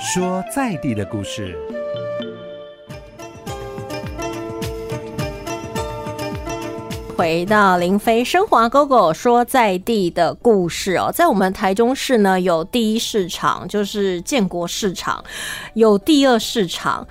说在地的故事。回到林飞升华 GoGo 说在地的故事哦，在我们台中市呢有第一市场，就是建国市场，有第二市场。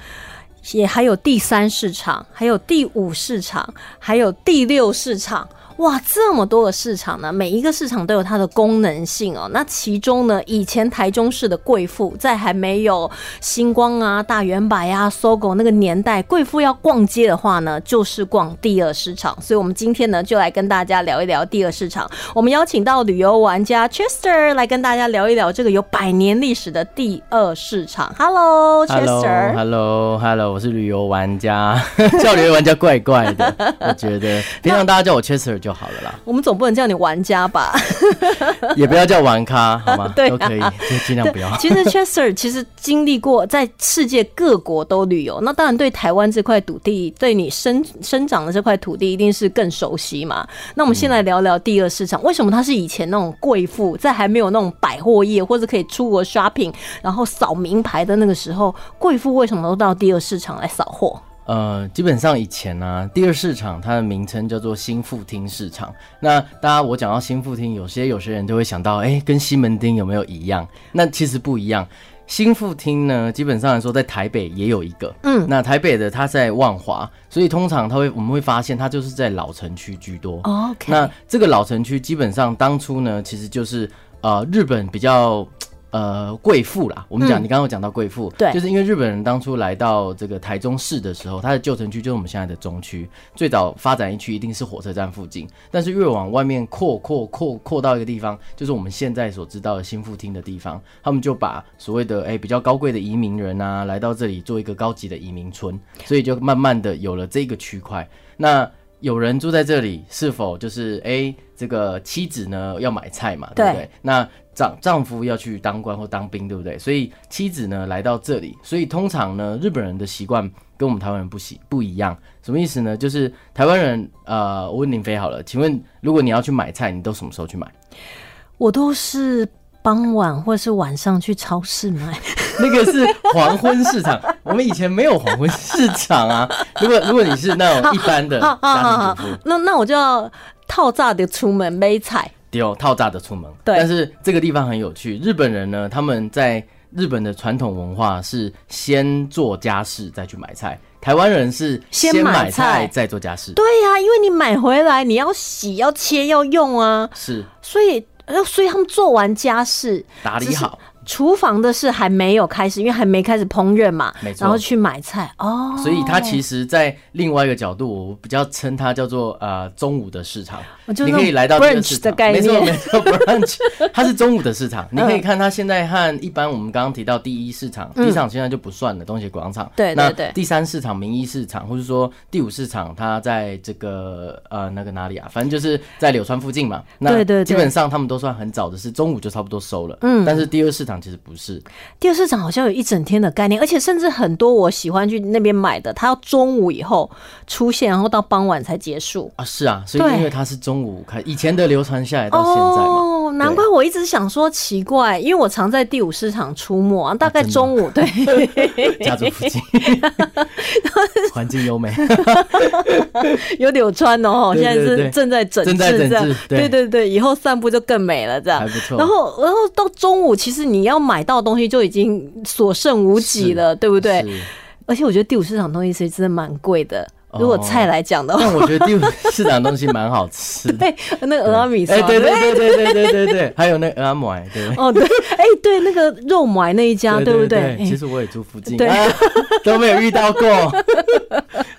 也还有第三市场，还有第五市场，还有第六市场，哇，这么多个市场呢，每一个市场都有它的功能性哦。那其中呢，以前台中市的贵妇，在还没有星光啊、大圆百啊、搜狗那个年代，贵妇要逛街的话呢，就是逛第二市场。所以，我们今天呢，就来跟大家聊一聊第二市场。我们邀请到旅游玩家 Chester 来跟大家聊一聊这个有百年历史的第二市场。Hello，Chester。 Hello，Hello，Hello，我是旅游玩家， 叫旅游玩家怪怪的，我觉 得别让大家叫我 Chester 就好了啦，我们总不能叫你玩家吧？也不要叫玩咖，好吗？ 对啊都可以，就尽量不要。 其实 Chester 其实经历过在世界各国都旅游，那当然对台湾这块土地，对你生生长的这块土地一定是更熟悉嘛。那我们先来聊聊第二嗯市场，为什么它是以前那种贵妇在还没有那种百货业或者可以出国 shopping，然后扫名牌的那个时候，贵妇为什么都到第二市场来扫货？呃，基本上以前呢、啊，第二市场它的名称叫做新富町市场。那大家我讲到新富町，有些有些人就会想到，哎、跟西门町有没有一样？那其实不一样。新富町呢，基本上来说，在台北也有一个，嗯那台北的它在万华，所以通常它会我们会发现它就是在老城区居哦多。 ，OK，那这个老城区基本上当初呢，其实就是呃日本比较。呃，贵妇啦，我们讲、嗯你刚刚有讲到贵妇，对就是因为日本人当初来到这个台中市的时候，它的旧城区就是我们现在的中区，最早发展一区一定是火车站附近，但是越往外面扩扩扩扩到一个地方，就是我们现在所知道的新富町的地方，他们就把所谓的哎、比较高贵的移民人啊，来到这里做一个高级的移民村，所以就慢慢的有了这个区块，那。有人住在这里，是否就是哎、诶这个妻子呢要买菜嘛，对不对对？那丈丈夫要去当官或当兵，对不对？所以妻子呢来到这里，所以通常呢，日本人的习惯跟我们台湾人不习不一样。什么意思呢？就是台湾人，呃，我问林飞好了，请问如果你要去买菜，你都什么时候去买？ 我都是傍晚或是晚上去超市买。那个是黄昏市场， 我们以前没有黄昏市场啊。如果如果你是那种一般的好好好家庭主好妇，， 那那我就要套炸的出门买菜。丢套炸的出门。对但是这个地方很有趣，日本人呢，他们在日本的传统文化是先做家事再去买菜，台湾人是先先买买菜菜再做家事，对呀、因为你买回来你要洗、要切、要用啊，是所以呃，所以他们做完家事，打只理是好。厨房的事还没有开始，因为还没开始烹饪嘛没，错然后去买菜哦。所以它其实，在另外一个角度，我比较称它叫做呃中午的市场哦，就是你可以来到这个市 brunch 的场，概没错念嗯没 错，brunch，它是中午的市场。你可以看它现在和一般我们刚刚提到第一市场，第一市场现在就不算了，东协广场。对对那对第三市场、民意市场，或者说第五市场，它在这个呃那个哪里啊？反正就是在柳川附近嘛。那对对对基本上他们都算很早的是中午就差不多收了。嗯，但是第二市场其实不是，第二市场好像有一整天的概念，而且甚至很多我喜欢去那边买的，它要中午以后出现，然后到傍晚才结束。啊，是啊，所以对因为它是中午开，以前的流传下来到现在嘛，哦，难怪我一直想说奇怪，因为我常在第五市场出没、啊，大概真的中午、 对。家族 附近，环境优美， 有柳川 哦，对现在对是对正在整治正在整这样治，对对对对，以后散步就更美了这样还。不错。然后，然后到中午，其实你要买到的东西就已经所剩无几了，对不对？是而且我觉得第五市场东西其实真的蛮贵的，哦如果菜来讲的话， 但我觉得第五市场的东西蛮好吃的。哎、那个俄阿米烧，哎，对对对对对对对对，还有那个阿姆哎，对。哦对，哎、对那个肉买那一家，对不对对？哎其实我也住附近，对啊 都没有 遇到过，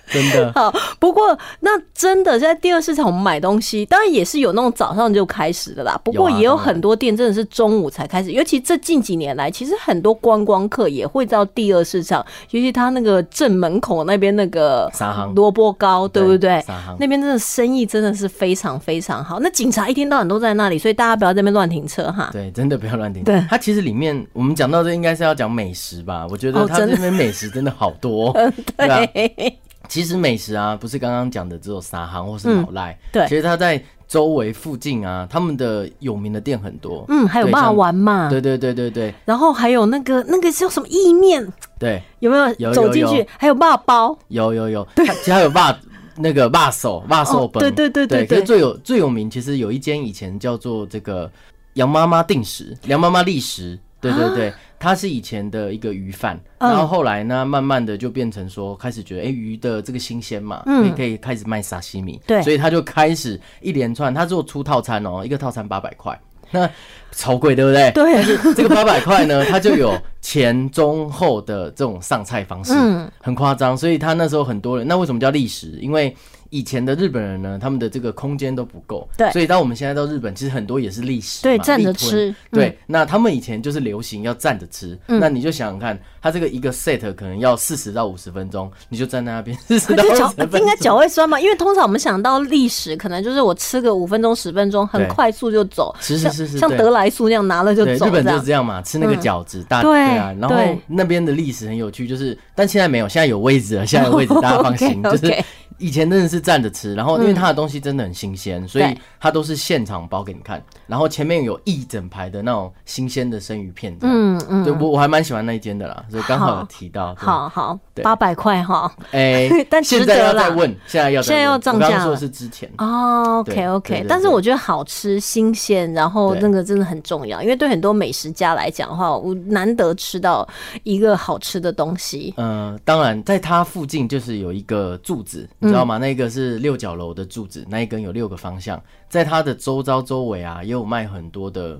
真的。好，不过那真的在第二市场我们买东西，当然也是有那种早上就开始的啦。不过有啊也有当然很多店真的是中午才开始，尤其这近几年来，其实很多观光客也会到第二市场，尤其他那个正门口那边那个沙行萝卜糕，对不对？撒行那边真的生意真的是非常非常好，那警察一天到晚都在那里，所以大家不要在那边乱停车哈。对，真的不要乱停。对它其实里面我们讲到这，应该是要讲美食吧？我觉哦得它真的 这边美食真的好多，嗯，对啊对，其实美食啊，不是刚刚讲的只有沙行或是老赖、嗯对其实它在周围附近啊，他们的有名的店很多。 嗯，还有对霸像王嘛，对对对对对然后还有那个那个叫什么意面，对，有没有有走进有去？还有霸包，有有有，它其实还有霸那个霸手霸手本、哦对对对对对可对是最有最有名，其实有一间以前叫做这个杨妈妈定时，杨妈妈立时。对对对，它是以前的一个鱼贩，啊嗯然后后来呢，慢慢的就变成说，开始觉得哎、诶鱼的这个新鲜嘛，嗯所以可以开始卖沙西米，对所以他就开始一连串，他做出套餐哦，一个套餐八百块，那超贵对不对？对，这个八百块呢，它就有前中后的这种上菜方式，嗯很夸张。所以他那时候很多人，那为什么叫历史？因为以前的日本人呢，他们的这个空间都不够，对所以当我们现在到日本，其实很多也是历史嘛，对站着立吞吃对。嗯那他们以前就是流行要站着吃，嗯那你就想想看，他这个一个 set 可能要四十到五十分钟，你就站在那边 四十可到五是十脚分钟，应该脚会酸嘛？因为通常我们想到历史，可能就是我吃个五分钟十分钟，很对快速就走，是是像是是像对德来速那样拿了就对，走日本这就是样。嗯这样嘛，吃那个饺子，大对啊。然后对那边的历史很有趣，就是但现在没有，现在有位置了， 现在有位置，大家放心。 OK，OK 嗯就是以前真的是站着吃，然后因为它的东西真的很新鲜，所以它都是现场包给你看，然后前面有一整排的那种新鲜的生鱼片这样。嗯嗯，对，我我还蛮喜欢那一间的啦，所以刚好好有提到。对，好好，对八百块哈。，哎 但值现在得要再啦问，现在要再现在要问涨我刚价刚了说的是之前，哦，OK 对 OK，对对但是我觉得好吃、新鲜，然后对那个真的很重要，因为对很多美食家来讲的话，我难得吃到一个好吃的东西。呃，当然，在它附近就是有一个柱子，你知道嗯吗？那个是六角楼的柱子，那一根有六个方向，在它的周遭周围啊，也有卖很多的，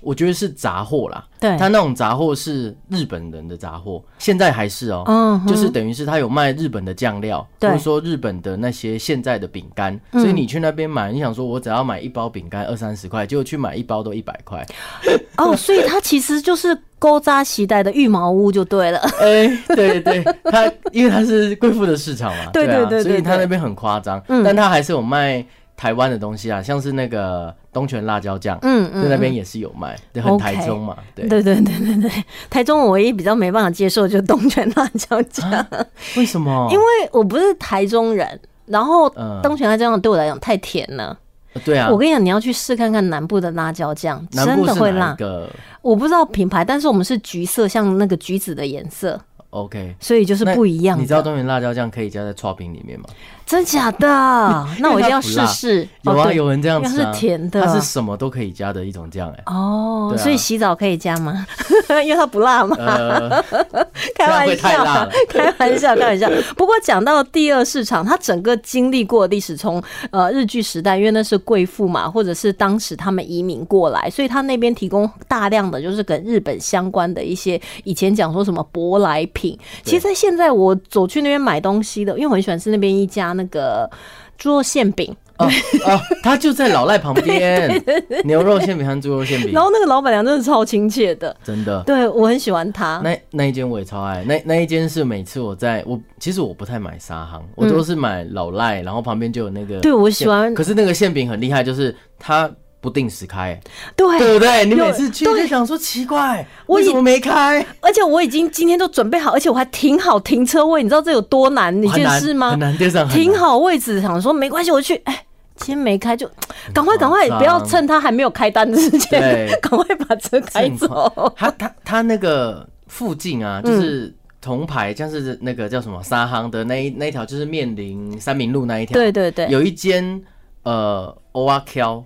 我觉得是杂货啦。对它那种杂货是日本人的杂货，现在还是哦、嗯哼就是等于是它有卖日本的酱料，或对者说日本的那些现在的饼干，所以你去那边买，你想说我只要买一包饼干二三十块，结果去买一包都一百块，哦，所以它其实就是勾扎期待的羽毛屋就对 了。哎、对对，他因为他是贵妇的市场嘛， 对啊对对对所以他对那边很夸张，嗯但他还是有卖台湾的东西啊，像是那个东泉辣椒酱，嗯嗯在那边也是有卖，对，很台中嘛，对，对对对对 对，台中我唯一比较没办法接受就是东泉辣椒酱，嗯为什么？ 因为我不是台中人，然后嗯东泉辣椒酱对我来讲太甜了。呃对啊，我跟你讲，你要去试看看南部的辣椒酱，南真部的是会哪辣一。个我不知道品牌，但是我们是橘色，像那个橘子的颜色， ？OK，所以就是那不一样的。你知道东泉辣椒酱可以加在刨冰里面吗？真假 的？那我一定要试试。有哦啊，对有人这样因为吃它啊，是甜的。它是什么都可以加的一种酱，哎哦，对啊所以洗澡可以加吗？ 因为它不辣嘛。呃， 开这样玩会太辣笑了，开玩笑，开玩笑。不过讲到第二市场，它整个经历过的历史从呃日据时代，因为那是贵妇嘛，或者是当时他们移民过来，所以他那边提供大量的就是跟日本相关的一些以前讲说什么舶来品。其实，在现在我走去那边买东西的，因为我很喜欢吃那边一家那个猪肉馅饼，哦哦，它就在老赖旁 边，牛肉馅饼和猪肉馅饼然，后那个老板娘真的超亲切的，真的。对我很喜欢她。那那一间我也超爱，那那一间是每次我在我其实我不太买沙行，我都是买老赖，然后旁边就有那个。嗯对我喜欢可是那个馅饼很厉害，就是它不定时开，对对，不对？你哎有每次去就想说奇怪，我为以什么没开？而且我已经今天都准备好，而且我还停好停车位，你知道这有多难一很件难事吗很？难，电上很停难。好位置，想说没关系，我去。哎，今天没开就赶快赶快，夸张不要趁他还没有开单之前对， 赶快把车开走。 嗯它它它那个附近啊，就是铜牌，像是那个叫什么沙行的那一那一条，就是面临三民路那一条，对对对，有一间呃欧阿 Q，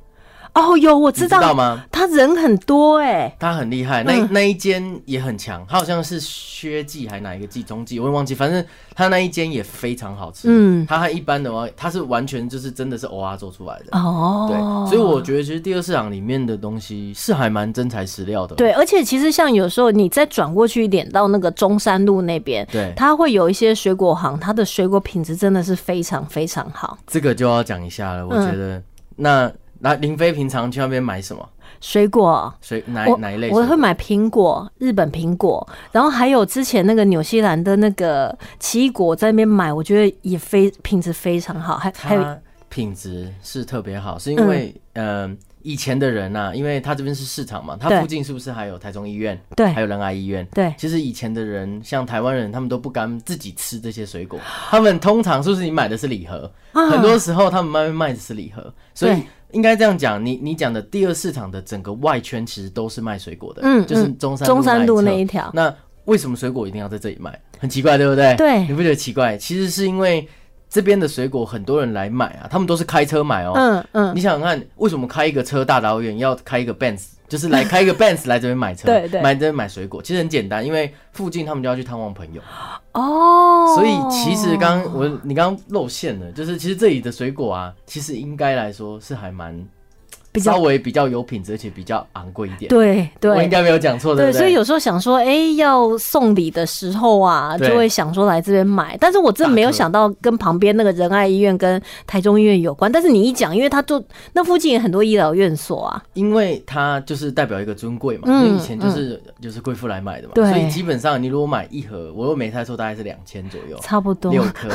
哦，有我知你知道道，吗？他人很多哎，他很厉害，那、那一间也很强，他好像是薛记还哪一个记中记，我也忘记，反正他那一间也非常好吃。嗯嗯，他和一般的话，他是完全就是真的是偶尔做出来的。对哦，，所以我觉得其实第二市场里面的东西是还蛮真材实料的。对，而且其实像有时候你再转过去一点到那个中山路那边，对它会有一些水果行，它的水果品质真的是非常非常好。这个就要讲一下了，我觉得、嗯那那林飞平常去那边买什么？水果谁哪我哪一类水果？我会买苹果，日本苹果，然后还有之前那个纽西兰的那个奇异果，在那边买，我觉得也非品质非常好，还还有它品质是特别好，是因为嗯、呃以前的人呐、因为他这边是市场嘛，他对附近是不是还有台中医院，对还有仁爱医院？对其实以前的人，像台湾人，他们都不敢自己吃这些水果，他们通常是不是你买的是礼盒？啊很多时候他们卖卖的是礼盒，所以对应该这样讲，你你讲的第二市场的整个外圈其实都是卖水果的，嗯就是嗯中山中山路那哦那一侧条那为什么水果一定要在这里卖？很奇怪，对不对？对你不觉得奇怪？其实是因为这边的水果很多人来买啊，他们都是开车买哦。嗯嗯你，想想看，为什么开一个车大老远要开一个 Benz，就是来开一个 Benz 来这边买车， 对对买这边买水果，其实很简单，因为附近他们就要去探望朋友，哦，所以其实刚刚我你刚刚露馅了，就是其实这里的水果啊，其实应该来说是还蛮比稍较微比较有品质，而且比较昂贵一点。对我对应。该没有讲错，对，不对？所以有时候想说，哎、要送礼的时候啊，对就会想说来这边买。但是我真的没有想到跟旁边那个仁爱医院跟台中医院有关。但是你一讲，因为它就那附近有很多医疗院所啊，因为它就是代表一个尊贵嘛，嗯因为以前就是、就是贵妇来买的嘛，对所以基本上你如果买一盒，我又没猜错，大概是两千左右。差不多。六颗，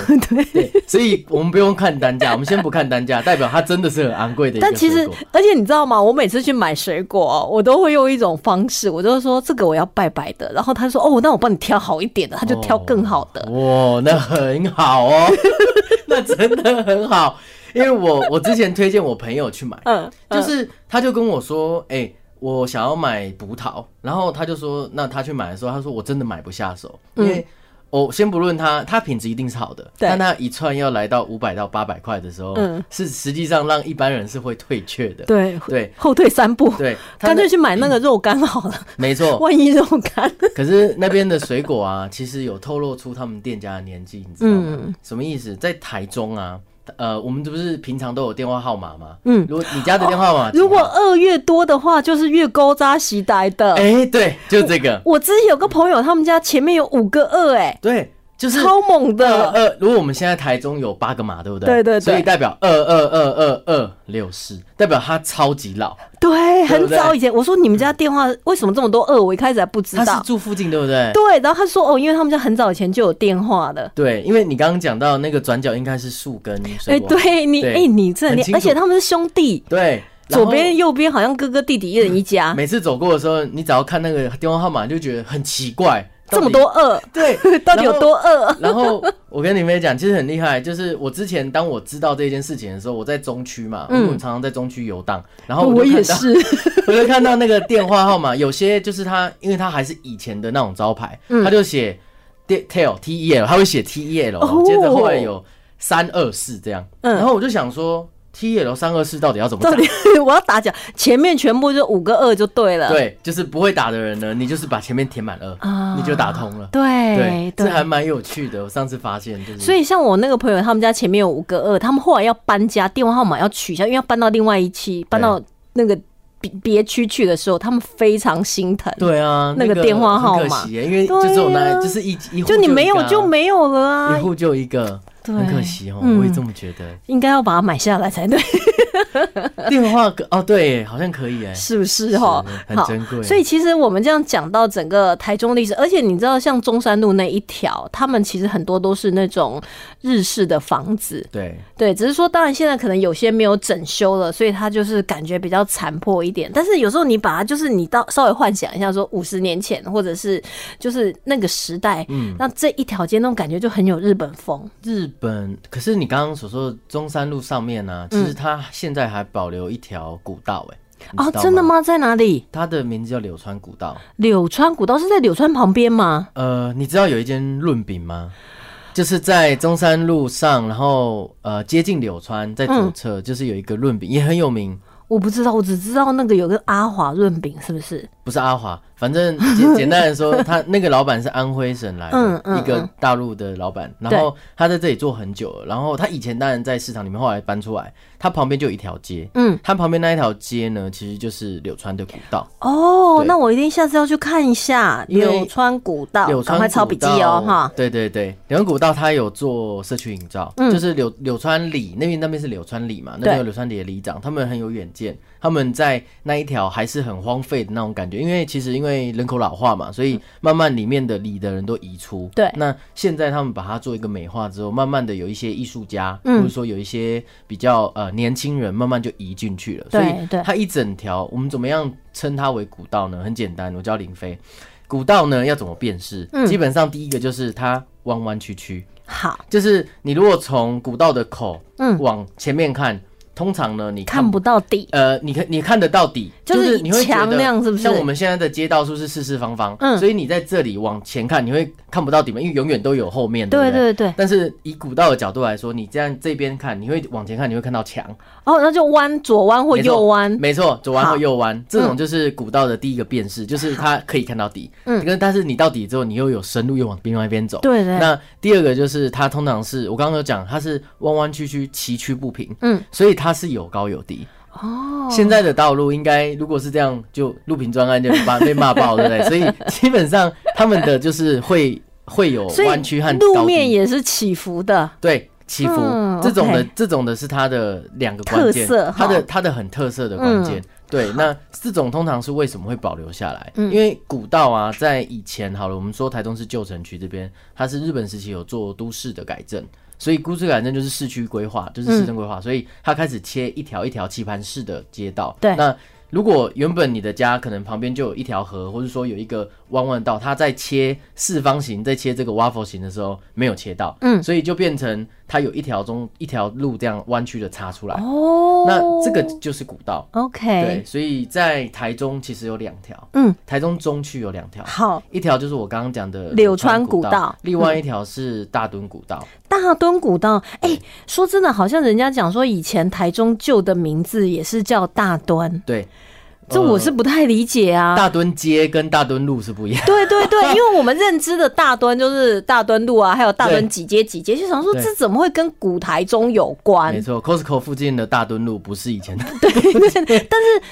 对，所以我们不用看单价，我们先不看单价，代表它真的是很昂贵的一个但其水实果，而且你知道吗？我每次去买水果，哦我都会用一种方式，我就说这个我要白白的，然后他说哦，那我帮你挑好一点的，他就挑更好的。哦哇，那很好哦， 那真的很好，因为我我之前推荐我朋友去买，嗯，就嗯是他就跟我说，哎、我想要买葡萄，然后他就说，那他去买的时候，他说我真的买不下手，因为我、先不论它，它品质一定是好的，嗯对但它一串要来到五百到八百块的时候，嗯是实际上让一般人是会退却的，对对后退三步，对，嗯它干那脆去买那个肉干好了，没错，万一肉干。可是那边的水果啊，其实有透露出他们店家的年纪，你知道吗？嗯什么意思？在台中啊，呃，我们这不是平常都有电话号码吗？嗯哦如果你家的电话号码几号，如果二月多的话，就是越勾扎洗呆的。哎、对，就这个，我之前有个朋友，他们家前面有五个二、哎，对，就是嗯超猛二的。二，如果我们现在台中有八个码，对不对？对对对所以代表二二二二二六四，代表他超级老，对，很对早以前我说你们家电话为什么这么多二，我一开始还不知他道是。住附近，对不对？对，然后他说哦，因为他们家很早以前就有电话的。对，因为你刚刚讲到那个转角应该是树根哎、水果，对你，哎、你这很你清，楚而且他们是兄弟，对，然后左边右边好像哥哥弟弟一人一家，每次走过的时候，你只要看那个电话号码，你就觉得很奇怪，这么到底多。二，，对到底有多二？ 然后？然后我跟你们讲，其实很厉害，就是我之前当我知道这件事情的时候，我在中区嘛，嗯哦我们常常在中区游荡，然后我就也看到，是， 我就看到那个电话号码，有些就是他，因为他还是以前的那种招牌，嗯他就写 de- tail T E L，他会写 T E L，、哦接着后来有三二四这样，嗯然后我就想说 T E L 三二四到底要怎 么到打？底 我要打奖，前面全部就五个二就对了。对，就是不会打的人呢，你就是把前面填满二、啊你就打通了。对对，这还蛮有趣的。我上次发现就是，所以像我那个朋友，他们家前面有五个二，他们后来要搬家，电话号码要取消，因为要搬到另外一期，搬到那个别别区去的时候，他们非常心疼。，对啊，那个电话号码很可惜耶因为对啊就只有那，就是一一户就你没有一个啊就没有了啊一，户就一个，对很可惜哦，嗯我也这么觉得。应该要把它买下来才 对，电话可哦，对耶，好像可以哎，是不是哈？很好珍贵所以其实我们这样讲到整个台中历史，而且你知道，像中山路那一条，他们其实很多都是那种日式的房子，对，对，只是说，当然现在可能有些没有整修了，所以它就是感觉比较残破一点。但是有时候你把它，就是你到稍微幻想一下，说五十年前或者是就是那个时代，嗯那这一条街那种感觉就很有日本风。日本。可是你刚刚所说的中山路上面呢，其实它现在还保留一条古道哎。你嗯哦知，道真的？吗？在哪里？它的名字叫柳川古道。柳川古道是在柳川旁边吗？呃，你知道有一间润饼吗？就是在中山路上，然后呃接近柳川，在左嗯侧、就是有一个润饼，也很有名。我不知道，我只知道那个有个阿华润饼，是不是？不是阿华，反正简简单来说，他那个老板是安徽省来的、嗯嗯一个大陆的老板，然后他在这里做很久了，然后他以前当然在市场里面，后来搬出来，他旁边就有一条街，嗯，他旁边那一条街呢，其实就是柳川的古道。哦，对那我一定下次要去看一下因为柳川古道，柳赶川快古抄道笔记哦，哈。对对对，柳川古道它有做社区营造，嗯就是柳柳川里那边那边是柳川里嘛，那对边有柳川里的里长，他们很有远见，他们在那一条还是很荒废的那种感觉，因为其实因为人口老化嘛，所以慢慢里面的里的人都移出。嗯对那现在他们把它做一个美化之后，慢慢的有一些艺术家，嗯或者说有一些比较呃年轻人，慢慢就移进去了。所对对以它一整条，我们怎么样称它为古道呢？很简单，我叫林飞。古道呢要怎么辨识？嗯基本上第一个就是它弯弯曲曲，好，就是你如果从古道的口嗯，往前面看，通常呢你看不到底，呃，你看你看得到底，就是是你会觉墙得那样是不是像我们现在的街道是不是四四方方？嗯所以你在这里往前看，你会看不到底嘛，因为永远都有后面，对不对对？对，但是以古道的角度来说，你这样这边看，你会往前看，你会看到墙，哦，那就弯左弯或没错右弯，没错，左弯好嗯或右弯，这种就是古道的第一个辨识，就是它可以看到底。嗯嗯，跟但是你到底之后，你又有深入，又往另外一边走。对对，那第二个就是它通常是我刚刚有讲，它是弯弯曲曲、崎岖不平，嗯，所以它是有高有低。哦，现在的道路应该如果是这样，就录屏专案就把被骂 爆，对不对？所以基本上他们的就是会会有所弯曲以和路高面低，也是起伏的，对起伏、嗯这种的 OK，这种的是它的两个关键特色，它的哈它的很特色的关键。嗯对，那这种通常是为什么会保留下来？嗯因为古道啊，在以前好了，我们说台中市旧城区这边，它是日本时期有做都市的改正，所以都市改正就是市区规划，就是市政规划，所以它开始切一条一条棋盘式的街道。对那如果原本你的家可能旁边就有一条河，或者说有一个弯弯的道，它在切四方形，在切这个 waffle 形的时候没有切到，嗯所以就变成它有一条中一条路这样弯曲的插出来。哦，哎那这个就是古道。对， OK，所以在台中其实有两条，嗯，台中中区有两条，好，一条就是我刚刚讲的柳川古道，道另外一条是大墩古道。大墩古道，哎、说真的，好像人家讲说以前台中旧的名字也是叫大墩，对，这呃我是不太理解啊。大墩街跟大墩路是不一样。对对 对，因为我们认知的大墩就是大墩路啊，还有大墩对几街几街，就想说对这怎么会跟古台中有关没？错，Costco 附近的大墩路不是以前的，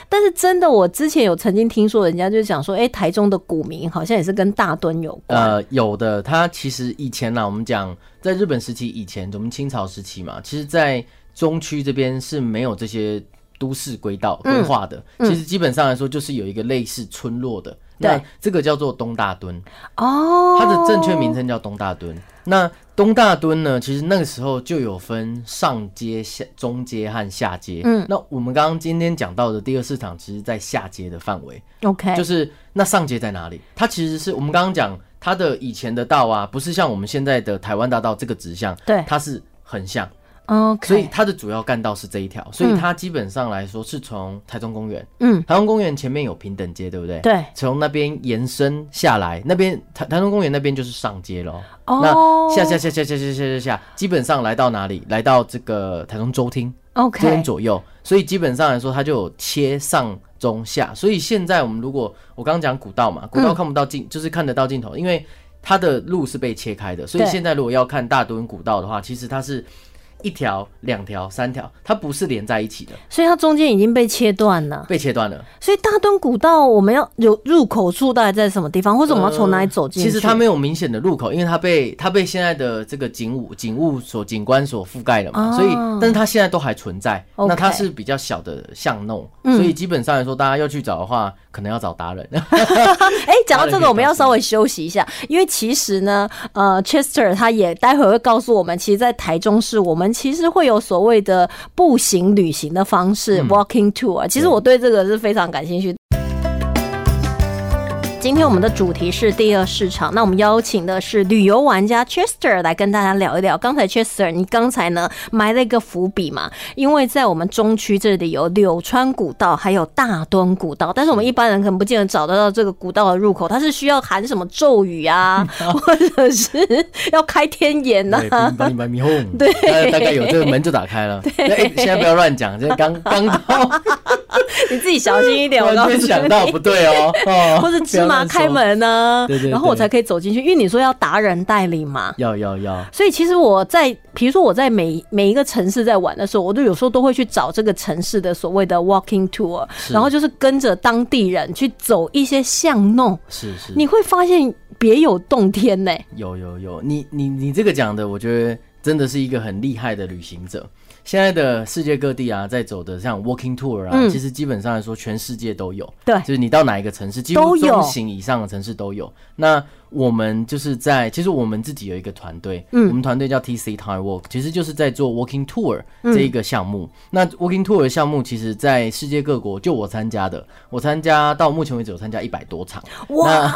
但是真的，我之前有曾经听说人家就讲说，哎、台中的古名好像也是跟大墩有关。呃，有的，它其实以前呢，我们讲在日本时期以前，我们清朝时期嘛，其实，在中区这边是没有这些都市轨道规划的。嗯其实基本上来说，就是有一个类似村落的，对那这个叫做东大墩，哦，它的正确名称叫东大墩。那东大墩呢，其实那个时候就有分上街、下中街和下街。嗯那我们刚刚今天讲到的第二市场，其实在下街的范围。 OK，就是那上街在哪里？它其实是我们刚刚讲它的以前的道啊，不是像我们现在的台湾大道这个直向，对它是横向， OK，所以它的主要干道是这一条，所以嗯它基本上来说是从台中公园，嗯，台中公园前面有平等街，对不对？。对，从那边延伸下来，那边台台中公园那边就是上街咯。哦那，下下下下下下下下下，基本上来到哪里？来到这个台中州厅，这边 OK，左右，所以基本上来说，它就有切上中下。所以现在我们如果我刚刚讲古道嘛，古道看不到镜，就是看得到镜头，因为它的路是被切开的。所以对现在如果要看大墩古道的话，其实它是一条、两条、三条，它不是连在一起的，所以它中间已经被切断了。被切断了。所以大墩古道我们要有入口处大概在什么地方，或者我们要从哪里走进去、其实它没有明显的入口，因为它被它被现在的这个景物景物所景观所覆盖了嘛，哦所以但是它现在都还存在。 OK 那它是比较小的巷弄，嗯所以基本上来说，大家要去找的话，可能要找达 人。哎，讲到这个，我们要稍微休息一下，因为其实呢，呃，Chester 他也待会儿会告诉我们，其实，在台中市，我们其实会有所谓的步行旅行的方式、嗯 w a l k i n g tour）。其实我对这个是非常感兴趣。今天我们的主题是第二市场，那我们邀请的是旅游玩家 Chester 来跟大家聊一聊。刚才 Chester，你刚才呢埋了一个伏笔嘛，因为在我们中区这里有柳川古道，还有大墩古道，但是我们一般人可能不见得找得到这个古道的入口，它是需要喊什么咒语啊， 或者是要开天眼啊呐、对，把你把迷哄，对，大概有这个门就打开 了。对，哎现在不要乱讲，这刚刚到，你自己小心 一点，突我告然诉间你。想到不对哦，哦 或者芝麻开，门呢、对对对然后我才可以走进去，因为你说要达人带领嘛。不要乱说要要要，所以其实我在，比如说我在每每一个城市在玩的时候，我都有时候都会去找这个城市的所谓的 walking tour，是然后就是跟着当地人去走一些巷弄，是是，你会发现别有洞天呢、有有有，你你你这个讲的，我觉得真的是一个很厉害的旅行者。现在的世界各地啊，在走的像 walking tour 啊，嗯其实基本上来说，全世界都有。对就是你到哪一个城市，几都乎有中型以上的城市都有。那我们就是在，其实我们自己有一个团队，嗯我们团队叫 TC Time Walk，其实就是在做 walking tour 嗯这一个项目。那 walking tour 的项目，其实在世界各国，就我参加的，我参加到目前为止有参加一百多场。哇，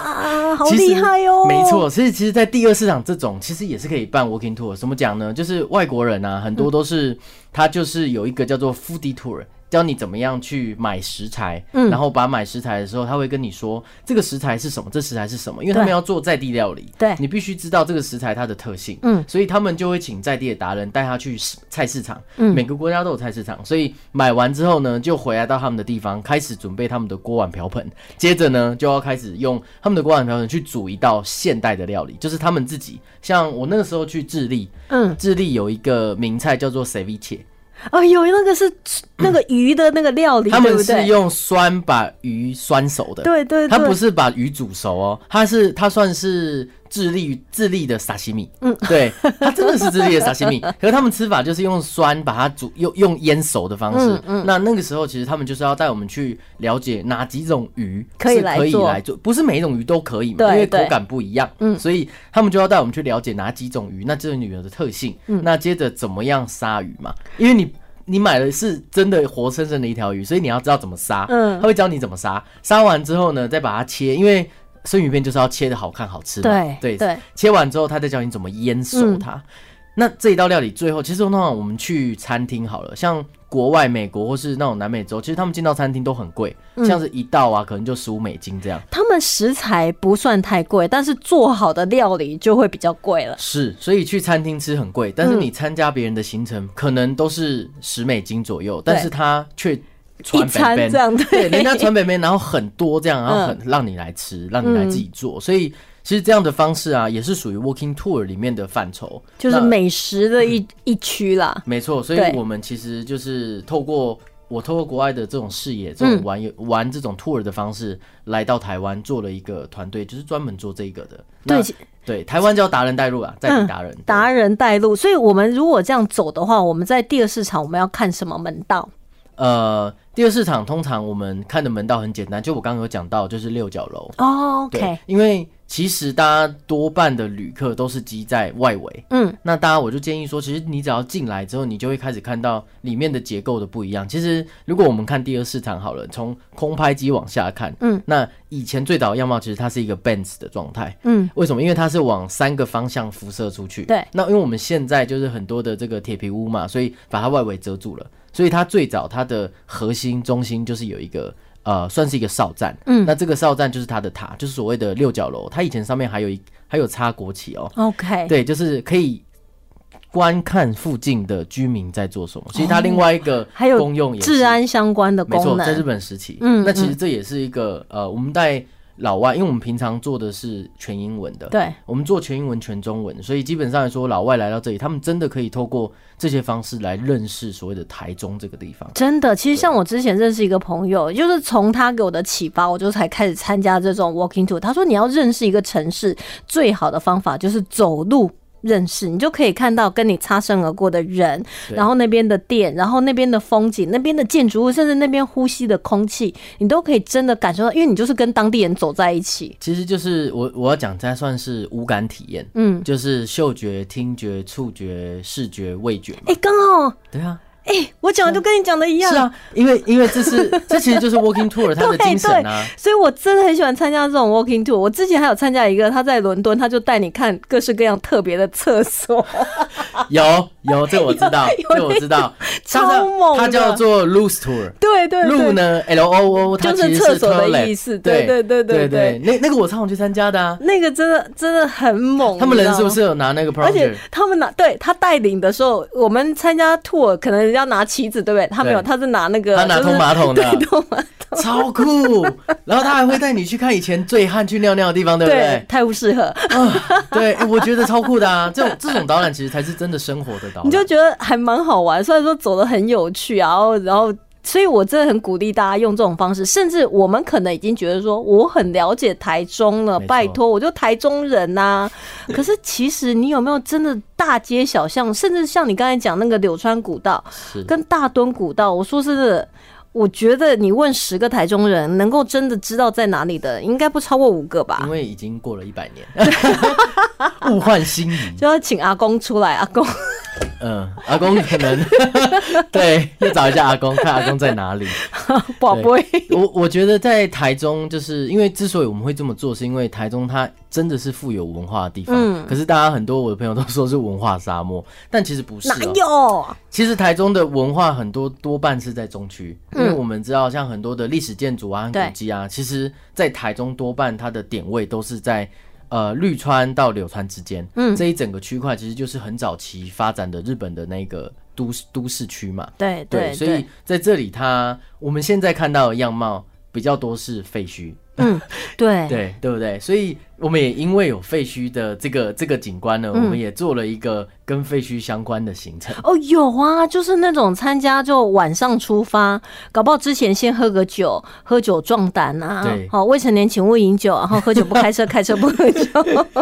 好其实厉害哦！没，错，所以其实，在第二市场这种其实也是可以办 walking tour。怎么讲呢？就是外国人啊，很多都是、他就是有一个叫做 foodie tour。教你怎么样去买食材，嗯然后把买食材的时候，他会跟你说这个食材是什么，这食材是什么，因为对他们要做在地料理，对你必须知道这个食材它的特性，嗯所以他们就会请在地的达人带他去市菜市场，嗯每个国家都有菜市场，所以买完之后呢，就回来到他们的地方，开始准备他们的锅碗瓢盆，接着呢就要开始用他们的锅碗瓢盆去煮一道现代的料理，就是他们自己。像我那个时候去智利，嗯，智利有一个名菜叫做 ceviche，哎呦，那个 是那个鱼的那个料理，他对们不是对？用酸把鱼酸熟的，对对对，他不是把鱼煮熟哦，他是他算是智利智利的沙西米，嗯，对，他真的是智利的沙西米。 可是他们吃法就是用酸把它煮，用用腌熟的方式。嗯那那个时候其实他们就是要带我们去了解哪几种鱼可以是来可以做来做，不是每一种鱼都可以嘛，对因为口对感不一样，嗯所以他们就要带我们去了解哪几种鱼，那这种鱼的特性，嗯那接着怎么样杀鱼嘛，因为你。你买的是真的活生生的一条鱼，所以你要知道怎么杀。嗯他会教你怎么杀，杀完之后呢，再把它切，因为生鱼片就是要切的好看好吃嘛对。对对，嗯切完之后他再教你怎么腌熟它。那这一道料理最后，其实通常我们去餐厅好了，像国外美国或是那种南美洲，其实他们进到餐厅都很贵，嗯像是一道啊可能就十五美金这样。他们食材不算太贵，但是做好的料理就会比较贵了。是，所以去餐厅吃很贵，但嗯是你参加别人的行程，可能都是十美金左右，但是他却一传餐本这样 对，人家对，传北面，然后很多这样，然后很让你来嗯吃，让你来自己做，所以其实这样的方式啊，也是属于 walking tour 里面的范畴，就是那嗯美食的一一区啦。没错，所以对我们其实就是透过。我透过国外的这种视野，这种嗯玩游、玩这种 tour 的方式，来到台湾做了一个团队，就是专门做这个的。对嗯那，对，台湾叫达人带路啊，在地达人、达人带路，所以我们如果这样走的话，我们在第二市场我们要看什么门道？呃，第二市场通常我们看的门道很简单，就我刚刚有讲到，就是六角楼。哦对，OK，因为其实大家多半的旅客都是积在外围。嗯，那大家我就建议说，其实你只要进来之后，你就会开始看到里面的结构的不一样。其实如果我们看第二市场好了，从空拍机往下看，嗯，那以前最早的样貌其实它是一个 Benz 的状态，嗯，为什么？因为它是往三个方向辐射出去。对那因为我们现在就是很多的这个铁皮屋嘛，所以把它外围遮住了。所以它最早它的核心中心就是有一个呃，算是一个哨站。嗯那这个哨站就是它的塔，就是所谓的六角楼。它以前上面还有一还有插国旗哦。 ，OK，对，就是可以。观看附近的居民在做什么，其实它另外一个哦还有公用也是治安相关的没错，功在日能，本时期，嗯那其实嗯这也是一个呃，我们带老外，因为我们平常做的是全英文的，，对，我们做全英文、全中文，所以基本上来说，老外来到这里，他们真的可以透过这些方式来认识所谓的台中这个地方。真的。其实像我之前认识一个朋友，就是从他给我的启发，我就才开始参加这种 walking tour。他说，你要认识一个城市，最好的方法就是走路。认识你就可以看到跟你擦身而过的人，对然后那边的店，然后那边的风景，那边的建筑物，甚至那边呼吸的空气，你都可以真的感受到，因为你就是跟当地人走在一起。其实就是我我要讲，它算是五感体验，嗯，就是嗅觉、听觉、触觉、视觉、味觉嘛。哎、刚好，对啊，哎、我讲的就跟你讲的一样，是啊，因为因为这是 这其实就是 walking tour 它的精神啊。所以我真的很喜欢参加这种 walking tour。我之前还有参加一个，他在伦敦，他就带你看各式各样特别的厕 所，有有，这我知道 有，这我知道，超它叫猛的它叫做 loose tour。对对路对。呢，L O O，它就是其实厕所的 toilet 意思对对对对对对对，那那个我常常去参加的啊。那个真的真的很猛，他们人是不你知是有拿那个道吗？而且 projector？他们拿对他带领的时候，我们参加 tour 可能人家拿旗子，对不对？他没有，对他是拿那个，他拿就是通马桶的 对，通马桶，超酷。然后他还会带你去看以前醉汉去尿尿的地方，对不对对，？太不适合，啊，对，哎我觉得超酷的啊。这种这种导览其实才是真的生活的导你就览。觉得还蛮好玩。虽然说走的很有趣啊，然后然后所以我真的很鼓励大家用这种方式，甚至我们可能已经觉得说我很了解台中了，没错拜托，我就台中人呐、可是其实你有没有真的大街小巷，甚至像你刚才讲那个柳川古道是跟大墩古道，我说真的。我觉得你问十个台中人，能够真的知道在哪里的，应该不超过五个吧因。为已经过了一百年， 物换星移。就要请阿公出来，阿公嗯，阿公可能 对，要找一下阿公，看阿公在哪里。宝贝，我我觉得在台中，就是因为之所以我们会这么做，是因为台中它真的是富有文化的地方。嗯可是大家很多我的朋友都说是文化沙漠，但其实不是、哪哦。有？其实台中的文化很多多半是在中区，因为嗯我们知道像很多的历史建筑啊、和对古迹啊，其实在台中多半它的点位都是在。呃，绿川到柳川之间，嗯这一整个区块其实就是很早期发展的日本的那个都市都市区嘛，对对，对，所以在这里它我们现在看到的样貌比较多是废墟，对对对不对？所以我们也因为有废墟的这个这个景观呢，嗯我们也做了一个跟废墟相关的行程，哦，有啊，就是那种参加就晚上出发，搞不好之前先喝个酒，喝酒壮胆啊对。好、未成年请勿饮酒，然后喝酒不 开车，开车不喝酒，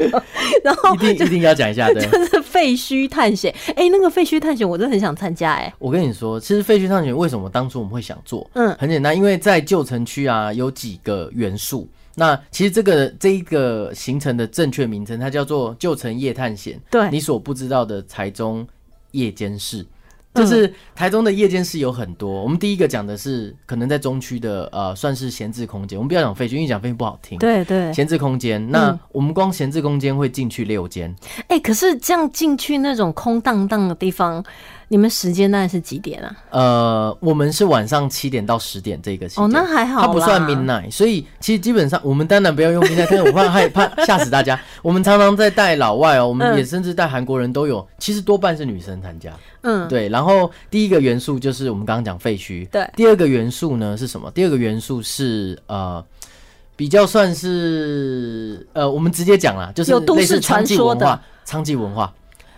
然后一定一定要讲一下的。就是废墟探险。哎、那个废墟探险我真的很想参加、哎，我跟你说，其实废墟探险为什么当初我们会想做？嗯嗯，很简单，因为在旧城区啊有几个元素。那其实这个这一个行程的正确名称，它叫做旧城夜探险。对你所不知道的台中夜间市，嗯就是台中的夜间市有很多。我们第一个讲的是可能在中区的呃，算是闲置空间。我们不要讲废墟，因为讲废墟不好听。，对嗯对，闲置空间。那我们光闲置空间会进去六间，哎、可是这样进去那种空荡荡的地方，你们时间大概是几点啊？呃，我们是晚上七点到十点这个时间。哦，那还好啦，它不算 midnight，所以其实基本上我们当然不要用 midnight，但是我怕害怕吓死 大家。我们常常在带老外哦，我们嗯也甚至带韩国人都有，其实多半是女生参加。嗯，对，然后第一个元素就是我们刚刚讲废墟，对第二个元素呢是什么？第二个元素是呃。比较算是呃，我们直接讲啦，就是有都类似市传娼妓说文的化，娼妓文化，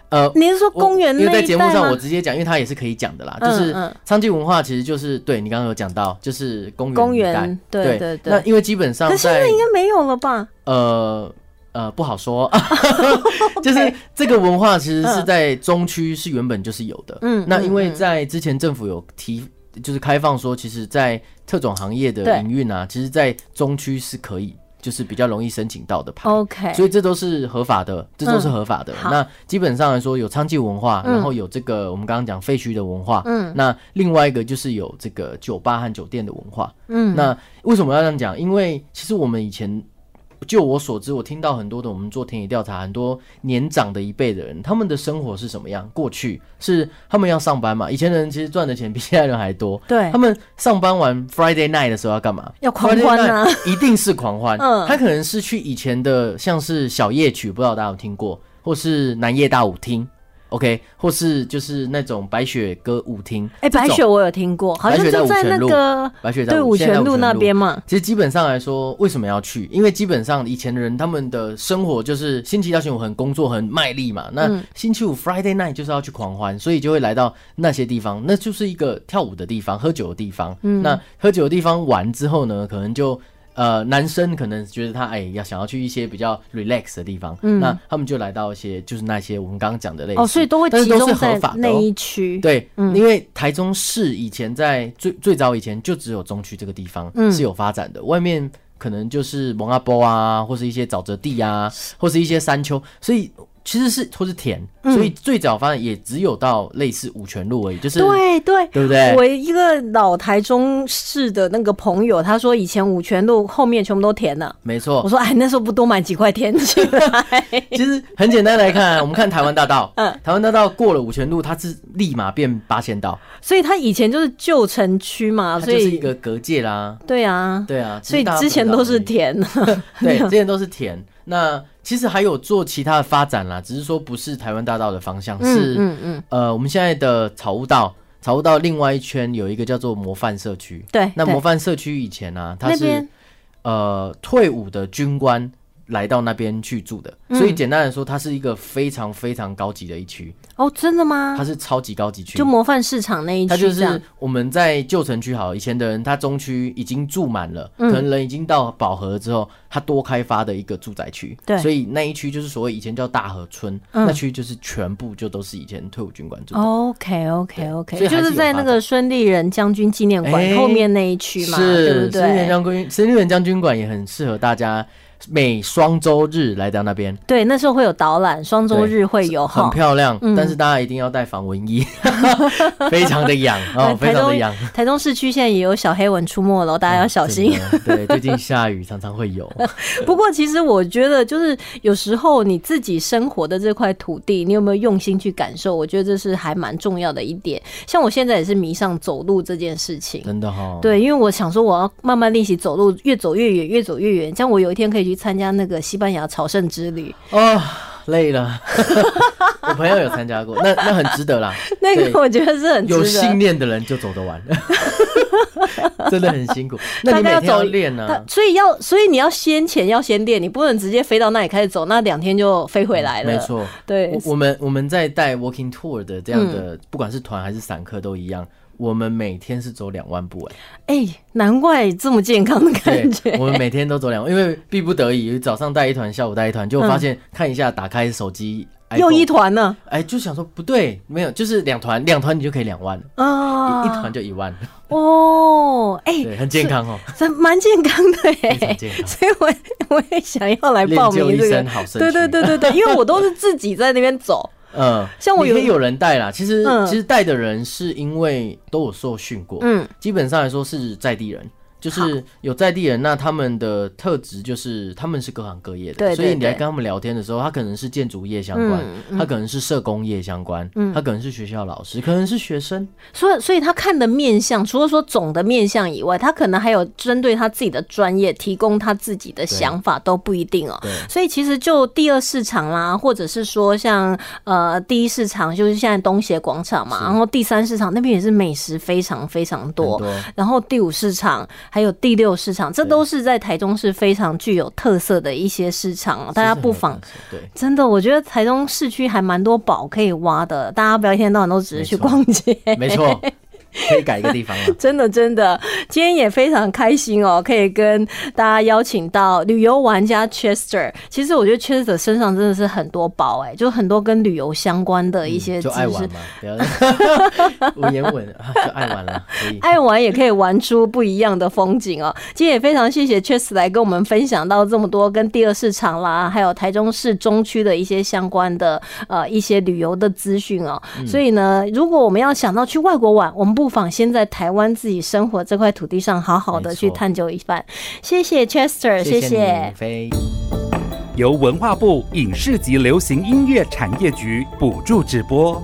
呃，你是说公园我因为那在一节目带上我吗？直接讲，因为它也是可以讲的啦。嗯就是嗯娼妓文化，其实就是对你刚刚有讲到，就是公园公园一带对对对对那因为基本上可是现在在应该没有了吧？呃呃不好说， 就是这个文化其实是在中区是原本就是有的。嗯那嗯因为嗯在之前政府有提。就是开放说，其实，在特种行业对的营运啊，其实，在中区是可以，就是比较容易申请到的牌。 OK，所以这都是合法的，这都是合法的。嗯好那基本上来说，有娼妓文化，嗯然后有这个我们刚刚讲废墟的文化，嗯那另外一个就是有这个酒吧和酒店的文化。嗯，那为什么要这样讲？因为其实我们以前。就我所知，我听到很多的我们做田野调查，很多年长的一辈的人，他们的生活是什么样？过去是他们要上班嘛，以前的人其实赚的钱比现在人还多。对他们上班完 Friday night 的时候要干嘛？哎要狂欢啊 Friday night 一定是狂 欢。嗯他可能是去以前的像是小夜曲，不知道大家有听过，或是南夜大舞厅，OK，或是就是那种白雪歌舞厅。哎、白这雪种我有听过，好像白雪就在那在五泉路个白雪在对五五现在泉五路那边嘛。其实基本上来说，为什么要去？因为基本上以前的人他们的生活就是星期一到星期五很工作很卖力嘛，嗯那星期五 Friday night 就是要去狂欢，所以就会来到那些地方，那就是一个跳舞的地方、喝酒的地方。嗯那喝酒的地方完之后呢，可能就。呃，男生可能觉得他哎要想要去一些比较 relax 的地方，那他们就来到一些就是那些我们刚刚讲的类嗯似，哦，所以都会但集是都中是合在法的那哦一区。，对，嗯因为台中市以前在最最早以前就只有中区这个地方、嗯是有发展的，外面可能就是蒙阿波啊，或是一些沼泽地啊，或是一些山丘，所以其实是都是田，嗯所以最早发展也只有到类似五泉路而已，就是对对。对不对？我一个老台中市的那个朋友，他说以前五泉路后面全部都填了。没错我，说，哎，那时候不多买几块田起来？ 其实很简单 来看，我们看台湾大道，嗯台湾大道过了五泉路，它是立马变八仙道，所以他以前就是旧城区嘛，哦它所就是一以个隔界啦。对啊，对啊，所以只大家之前不知道都而是已田。 对，之前都是田。那其实还有做其他的发展啦，只是说不是台湾大道的方向，是、嗯嗯，呃我们现在的草悟道，草悟道另外一圈有一个叫做模范社区。对。那对模范社区以前啊，它那边是呃退伍的军官来到那边去住的，嗯所以简单来说，它是一个非常非常高级的一区，哦，真的吗它？是超级高级区，就模范市场那一它区就这样是，我们在旧城区好了，以前的人他中区已经住满了，嗯可能人已经到饱和之后，他多开发的一个住宅区，对嗯所以那一区就是所谓以前叫大河村，那区就是全部就都是以前退伍军官住哦的。 OK OK 所 OK，以还就是是有在发那个展孙立人将军纪念馆哎后面那一区嘛，对是，不森林对？将军，森林将军馆也很适合大家每双周日来到那边，对，那时候会有导览，双周对日会有很哈。漂亮，嗯但是大家一定要带防蚊衣， 非常的痒 哦，非呃台常东的痒。台东市区现在也有小黑蚊出没了，大家要小心。哦真的。对，最近下雨常常会有。 不过，其实我觉得，就是有时候你自己生活的这块土地，你有没有用心去感受？我觉得这是还蛮重要的一点。像我现在也是迷上走路这件事情。真的哈、哦，，对，因为我想说，我要慢慢练习走路，越走越远，越走越远，这样我有一天可以去参加那个西班牙朝圣之旅。哦，累了。 我朋友有参加过，那那很值得啦。 那对个我觉得是很值有信得。念的人就走得完， 真的很辛苦。那你每大天概要要走练啊呢、它所以要，所以你要先前要先练，你不能直接飞到那里开始走，那两天就飞回来了。嗯没，错，对嗯我我们我们在带 walking tour 的这样的，不管是团还是散客都一样。我们每天是走两万步、 哎，哎、难怪这么健康的感对，觉。我们每天都走两，因为逼不得已，早上带一团，下午带一团，就发现看一下，打开手机，嗯 又 iPhone，一团呢哎，就想说不对，没有，就是两团，两团你就可以两万，啊！一一团就一万，哦，哎、 对，很健康哦，这蛮健康的哎、非常健康所以我我也想要来报练就名一这身个。好身对对躯，对对对，因为我都是自己在那边走。 嗯，像我也有可以有人带啦，其实嗯其实带的人是因为都有受训过，嗯，基本上来说是在地人，就好是有在地人，那他们的特质就是他们是各行各业的，对对所以你来对跟他们聊天的时候，他可能是建筑业相关，嗯他可能是社工业相关，他可能是学校老师，可能是学生，所以，所以他看的面相，除了说总的面相以外，他可能还有针对他自己的专业提供他自己的想法，都不一定哦。对。所以其实就第二市场啦，或者是说像呃第一市场，就是现在东协广场嘛，是然后第三市场那边也是美食非常非常很多，然后第五市场还有第六市场，这对都是在台中市非常具有特色的一些市场哦，大家不妨。是很有特色对，真的，我觉得台中市区还蛮多宝可以挖的，大家不要一天到晚都只是去没错逛街。没错， 可以改一个地方啊了。真的真的，今天也非常开心哦，可以跟大家邀请到旅游玩家 Chester。其实我觉得 Chester 身上真的是很多宝哎、就很多跟旅游相关的一些知嗯就爱识。玩嘛，不要 文言文啊，就爱玩了，可以。爱玩也可以玩出不一样的风景哦。今天也非常谢谢 Chess 来跟我们分享到这么多跟第二市场啦，还有台中市中区的一些相关的呃一些旅游的资讯哦。嗯所以呢，如果我们要想到去外国玩，我们不妨先在台湾自己生活这块土地上好好的没错去探究一番。谢谢 Chester，谢谢谢你，飞。由文化部影视及流行音乐产业局补助直播。